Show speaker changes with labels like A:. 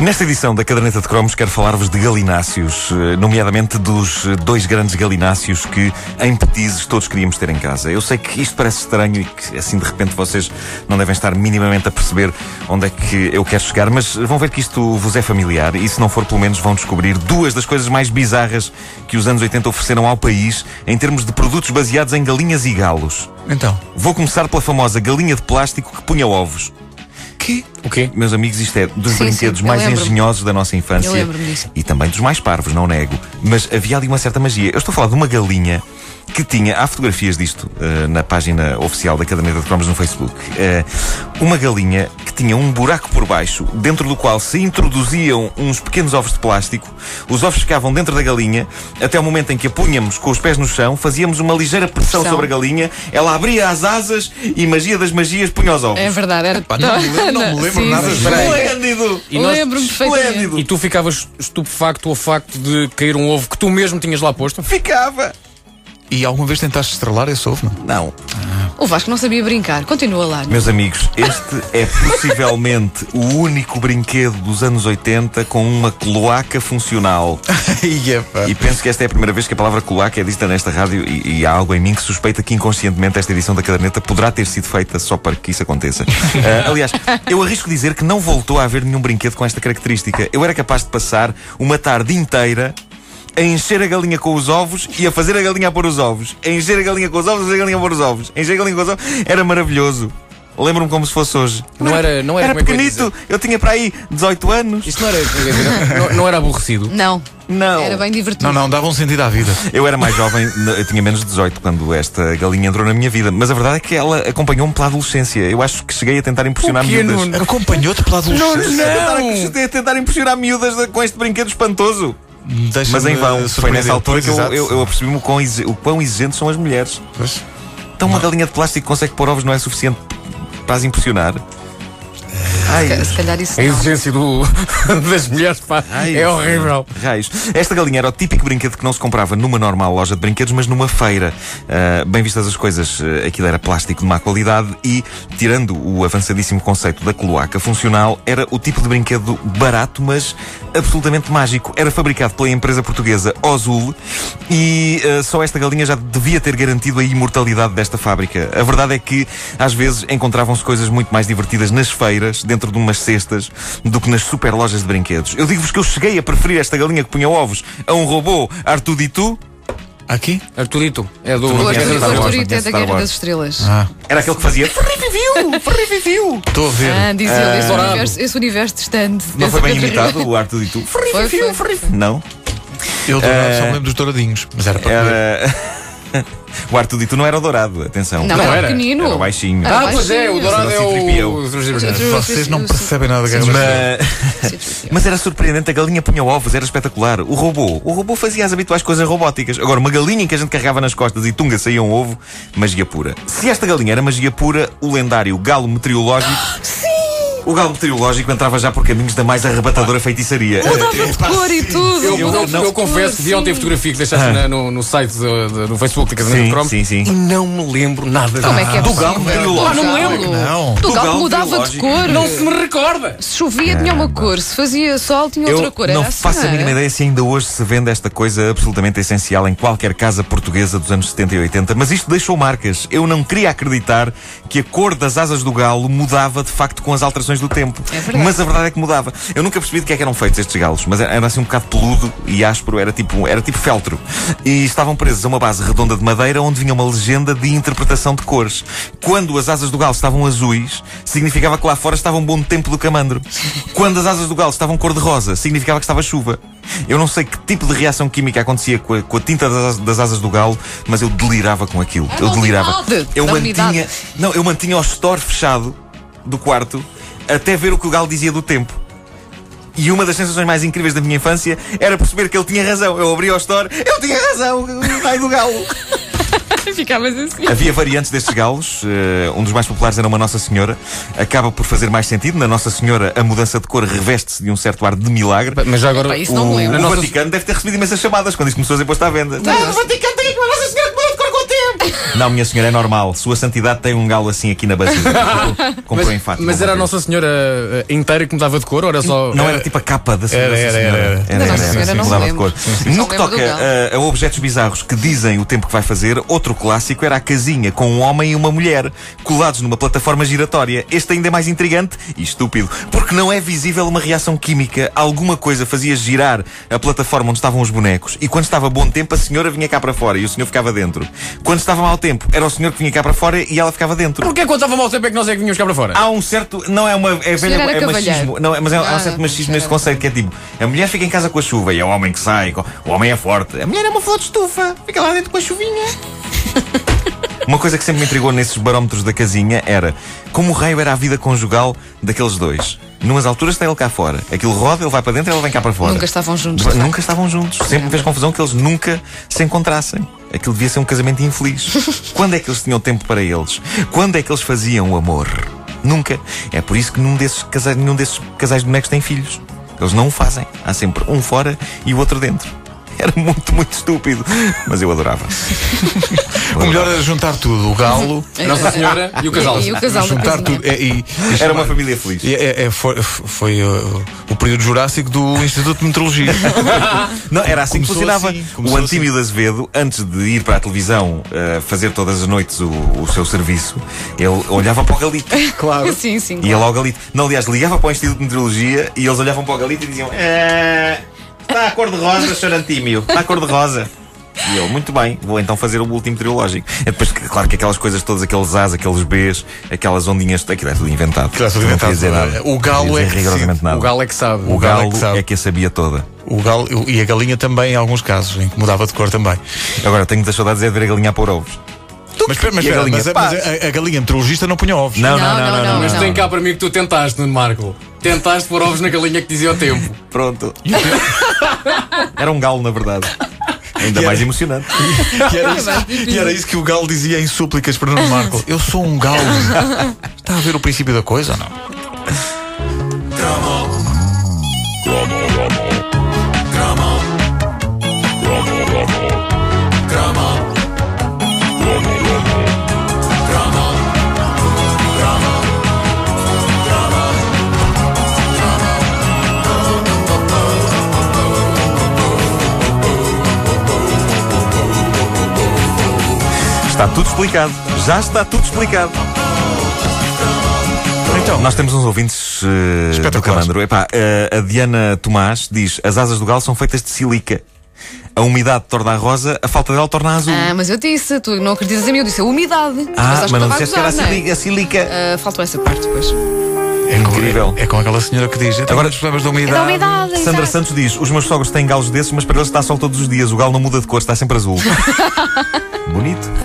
A: Nesta edição da Caderneta de Cromos quero falar-vos de galináceos, eh, nomeadamente dos eh, dois grandes galináceos que em petizes todos queríamos ter em casa. Eu sei que isto parece estranho e que assim de repente vocês não devem estar minimamente a perceber onde é que eu quero chegar, mas vão ver que isto vos é familiar e se não for pelo menos vão descobrir duas das coisas mais bizarras que os anos 80 ofereceram ao país em termos de produtos baseados em galinhas e galos.
B: Então,
A: Vou começar pela famosa galinha de plástico que punha ovos.
B: que?
C: O quê?
A: Meus amigos, isto é dos
D: Sim,
A: brinquedos
D: sim, eu
A: mais
D: lembro-me.
A: engenhosos da nossa infância.
D: Eu lembro-me disso.
A: E também dos mais parvos, não nego. Mas havia ali uma certa magia. Eu estou a falar de uma galinha que tinha. Há fotografias disto eh, na página oficial da Caderneta de Cromos no Facebook. Eh, uma galinha que tinha um buraco por baixo, dentro do qual se introduziam uns pequenos ovos de plástico. Os ovos ficavam dentro da galinha, até o momento em que a punhamos com os pés no chão, fazíamos uma ligeira pressão,
D: Pressão.
A: sobre a galinha, ela abria as asas e, magia das magias punha os ovos.
D: É verdade, era.
B: Pá, não me lembro- não me lembro
D: Sim,
B: nada,
D: sim.
B: espera aí.
A: Esplêndido!
C: E nós-
D: Lembro-me perfeitamente.
A: Esplêndido!
C: E tu ficavas estupefacto ao facto de cair um ovo que tu mesmo tinhas lá posto?
A: Ficava!
B: E alguma vez tentaste estrelar esse ovo, não?
A: Não.
D: O Vasco não sabia brincar. Continua lá.
A: Meus amigos, este é possivelmente o único brinquedo dos anos 80 com uma cloaca funcional.
B: Ia, pá.
A: E penso que esta é a primeira vez que a palavra cloaca é dita nesta rádio e, e há algo em mim que suspeita que inconscientemente esta edição da caderneta poderá ter sido feita só para que isso aconteça. Ah, aliás, eu arrisco dizer que não voltou a haver nenhum brinquedo com esta característica. Eu era capaz de passar uma tarde inteira a encher a galinha com os ovos e a fazer a galinha a pôr os ovos. A encher a galinha com os ovos, a fazer a galinha a pôr os ovos. A encher a galinha com os ovos. Era maravilhoso. Lembro-me como se fosse hoje.
C: Não era- não era,
A: era
C: como é que eu ia
A: pequenito. Eu tinha para aí 18 anos.
C: Isso não era, quer dizer, não, não era aborrecido.
D: Não,
A: Não.
D: era bem divertido.
B: Não, não, dava um sentido à vida.
A: Eu era mais jovem, n- eu tinha menos de 18 quando esta galinha entrou na minha vida, mas a verdade é que ela acompanhou-me pela adolescência. Eu acho que cheguei a tentar impressionar
C: O quê,
A: miúdas.
C: Nuno?
B: Acompanhou-te pela adolescência.
C: Não!
A: Cheguei a tentar impressionar miúdas da- com este brinquedo espantoso.
D: é?
B: Deixa-me
A: Mas em vão, foi
B: surpreender.
A: nessa altura que eu,
B: Pois, exato.
A: eu, eu apercebi-me o quão exi- o quão exigentes são as mulheres.
B: Pois.
A: Então uma galinha de plástico que consegue pôr ovos não é suficiente para as impressionar. Ai,
D: Se calhar isso
C: A
D: não.
C: exigência do, das mulheres pá,
A: Ai,
C: é horrível.
A: Raios. Esta galinha era o típico brinquedo que não se comprava numa normal loja de brinquedos, mas numa feira. Ah, bem vistas as coisas, ah, aquilo era plástico de má qualidade e, tirando o avançadíssimo conceito da cloaca funcional, era o tipo de brinquedo barato, mas absolutamente mágico. Era fabricado pela empresa portuguesa Ozul e ah, só esta galinha já devia ter garantido a imortalidade desta fábrica. A verdade é que, às vezes, encontravam-se coisas muito mais divertidas nas feiras, dentro de umas cestas, do que nas super lojas de brinquedos. Eu digo-vos que eu cheguei a preferir esta galinha que punha ovos a um robô Artuditu.
B: Aqui?
C: Arturito, é do.
A: Tu
D: O
A: não
D: Arthur-
A: conheces
D: o
A: Star Wars,
D: Arthurito é
A: não conheces
D: da Guerra
A: Star Wars.
D: das Estrelas.
B: Ah,
A: Era aquele que fazia. Ferriviviu! Ferriviviu!
B: estou a ver.
D: Ah, diz ele, esse
C: Dourado.
D: universo, esse universo distante.
A: Não
D: Esse
A: foi bem
D: outro-
A: imitado o Artuditu? Ferriviviu!
D: foi.
A: Ferriviviu! Não.
B: Eu dourado,
A: Eh,
B: só me lembro dos douradinhos. Mas era para comer.
A: Era. O Artuditu não era o dourado, atenção.
D: Não,
C: Não
D: era
C: era.
D: pequenino.
A: Era o baixinho.
D: Ah,
C: Ah, pois é, o Dourado é o.
B: Vocês não
D: eu-
B: percebem nada que
D: Sim,
B: era.
A: Mas- Mas era surpreendente, a galinha punha ovos, era espetacular. O robô, o robô fazia as habituais coisas robóticas. Agora, uma galinha em que a gente carregava nas costas e tunga saía um ovo, magia pura. Se esta galinha era magia pura, o lendário galo meteorológico. O galo meteorológico entrava já por caminhos da mais arrebatadora feitiçaria.
D: Mudava de cor e tudo.
C: Eu, eu-
D: mudava de
C: eu
D: cor,
C: confesso, vi ontem a
D: sim.
C: fotografia que deixaste na- no, no site do, do- no Facebook da Casamento
A: Sim,
C: de Cromo
A: sim, sim.
C: e não me lembro nada
D: Como é que é
A: Do galo
D: possível?
A: meteorológico.
C: Ah, não me lembro.
B: Não.
D: Do
A: Do
D: galo
A: galo
D: mudava de
A: biológico.
D: cor.
C: Não se me recorda!
D: Se chovia tinha uma cor, se fazia sol tinha outra
A: Eu
D: cor.
A: não
D: Era assim,
A: faço a
D: era?
A: mínima ideia se ainda hoje se vende esta coisa absolutamente essencial em qualquer casa portuguesa dos anos 70 e 80, mas isto deixou marcas. Eu não queria acreditar que a cor das asas do galo mudava de facto com as alterações do tempo.
D: É verdade.
A: Mas a verdade é que mudava. Eu nunca percebi de que é que eram feitos estes galos, mas era assim um bocado peludo e áspero, era tipo, era tipo feltro. E estavam presos a uma base redonda de madeira onde vinha uma legenda de interpretação de cores. Quando as asas do galo estavam azuis, significava que lá fora estava um bom tempo do camandro. Quando as asas do galo estavam cor-de-rosa, significava que estava chuva. Eu não sei que tipo de reação química acontecia com a, com a tinta das, asas- das asas do galo, mas eu delirava com aquilo.
D: Era
A: eu
D: É uma
A: delirava.
D: unidade
A: Eu
D: da
A: mantinha,
D: unidade.
A: não, eu mantinha o store fechado do quarto até ver o que o galo dizia do tempo. E uma das sensações mais incríveis da minha infância era perceber que ele tinha razão. Eu abri o store, eu tinha razão, o raio do galo.
D: Ficavas assim.
A: Havia variantes destes galos. eh, um dos mais populares era uma Nossa Senhora. Acaba por fazer mais sentido. Na Nossa Senhora, a mudança de cor reveste-se de um certo ar de milagre.
C: Mas já agora.
D: Epá, isso
A: O,
D: não me
A: o
D: lembro.
C: Na Nossa-
A: Vaticano deve ter recebido imensas chamadas quando isso começou a ser posto à venda.
D: Não, o
A: Vaticano tem aqui uma Nossa Senhora que muda de cor com o tempo. Não, minha senhora, é normal. Sua santidade tem um galo assim aqui na bacia. Comprou um em Fátima.
C: Mas era a Nossa Senhora eh, inteira que mudava de cor, ou era só.
A: Não era tipo a capa da senhora.
B: Era, era,
A: sim, senhora.
B: era, era.
D: Da Nossa Senhora, não
A: mudava de
D: lembro.
A: cor.
D: Sim, sim.
A: No
D: Só
A: que
D: lembro do
A: toca
D: galo.
A: eh, a objetos bizarros que dizem o tempo que vai fazer, outro clássico era a casinha com um homem e uma mulher colados numa plataforma giratória. Este ainda é mais intrigante e estúpido, porque não é visível uma reação química. Alguma coisa fazia girar a plataforma onde estavam os bonecos e quando estava bom tempo a senhora vinha cá para fora e o senhor ficava dentro. Quando estava mau tempo era o senhor que vinha cá para fora e ela ficava dentro.
C: Porquê quando estava mal tempo é que nós é que vinhamos cá para fora?
A: Há um certo. Não é uma. É velha.
D: era
A: É
D: cavalheiro.
A: machismo. Não, é- mas é, há
D: Ah,
A: um certo machismo neste
D: era.
A: conceito que é tipo: a mulher fica em casa com a chuva e é o homem que sai. co- O homem é forte. A mulher é uma flor de estufa. Fica lá dentro com a chuvinha. uma coisa que sempre me intrigou nesses barómetros da casinha era como o raio era a vida conjugal daqueles dois. Numas alturas está ele cá fora. Aquilo roda, ele vai para dentro, ela vem cá para fora.
D: Nunca estavam juntos,
A: Ba-
D: de facto.
A: Nunca estavam juntos. Sempre me fez confusão que eles nunca se encontrassem. Aquilo devia ser um casamento infeliz. Quando é que eles tinham tempo para eles? Quando é que eles faziam o amor? Nunca. É por isso que nenhum desses casais, nenhum desses casais de bonecos tem filhos. Eles não o fazem. Há sempre um fora e o outro dentro. Era muito, muito estúpido. Mas eu adorava.
B: O melhor era juntar tudo: o galo,
C: É. Nossa Senhora e o casal.
D: E o casal da
B: juntar
D: cozinha.
B: tudo. É, e- e
A: Era uma
B: chamar-
A: família feliz.
B: E é- é- foi foi, uh, o período jurássico do Instituto de Meteorologia.
A: Não, era assim que
B: Começou
A: funcionava.
B: assim,
A: o
B: começou
A: Antímio de Azevedo, antes de ir para a televisão eh, fazer todas as noites o, o seu serviço, ele olhava para o galito.
B: claro.
D: Sim, sim.
A: Ia lá ao Galito. Não, aliás, ligava para o Instituto de Meteorologia e eles olhavam para o Galito e diziam: "Eh, Está a cor de rosa, Sr. Antímio. Está a cor de rosa. E eu, muito bem, vou então fazer o último meteorológico. É depois, que, claro que aquelas coisas todas, aqueles As, aqueles Bs, aquelas ondinhas, aquilo é tudo inventado.
B: Aquilo é tudo
A: Não queria
B: inventado,
A: dizer
B: não é?
A: nada.
B: O galo
A: Não queria
B: é
A: dizer
B: que
A: rigorosamente
B: decide.
A: nada.
C: O galo é que sabe.
A: O
B: galo é que
A: galo
B: sabe.
A: é que a sabia toda.
B: O galo e a galinha também, em alguns casos, em que mudava de cor também.
A: Agora, tenho muitas saudades é de ver a galinha a pôr ovos.
B: Mas espera, mas,
A: E a
B: espera,
A: galinha?
B: mas, a-
A: Pá.
B: mas a, a galinha meteorologista não punha ovos.
A: Não, não,
D: Não,
A: não, não.
D: não,
A: não,
D: não,
C: Mas
A: não.
C: tem cá para mim que tu tentaste, Nuno Marco. Tentaste pôr ovos na galinha que dizia o tempo.
A: Pronto. Era um galo, na verdade. Ainda
B: E é-
A: mais
B: era-
A: emocionante.
B: E era, isso, e era isso que o galo dizia em súplicas para Nuno Marco. Eu sou um galo. Está a ver o princípio da coisa ou não?
A: Está tudo explicado. Já está tudo explicado.
B: Então,
A: Nós temos uns ouvintes eh, do
B: Espetaculares.
A: Calandro. Epá, eh, a Diana Tomás diz: as asas do galo são feitas de silica. A umidade torna a rosa, a falta dela torna a azul.
D: Ah, mas eu disse, tu não acreditas em mim, eu disse a umidade.
A: Ah, mas,
D: acho que
A: não
D: estava a
A: disseste que era a
D: gozar, não é?
A: sili- a silica.
D: Ah, Faltou essa parte depois.
B: é com-
A: incrível.
B: É, com aquela senhora que diz.
A: Agora-
B: Agora os problemas da
D: É da
B: umidade.
D: umidade,
A: Sandra
D: exato.
A: Santos diz: os meus sogros têm galos desses, mas para eles está sol todos os dias. O galo não muda de cor, está sempre azul. Bonito.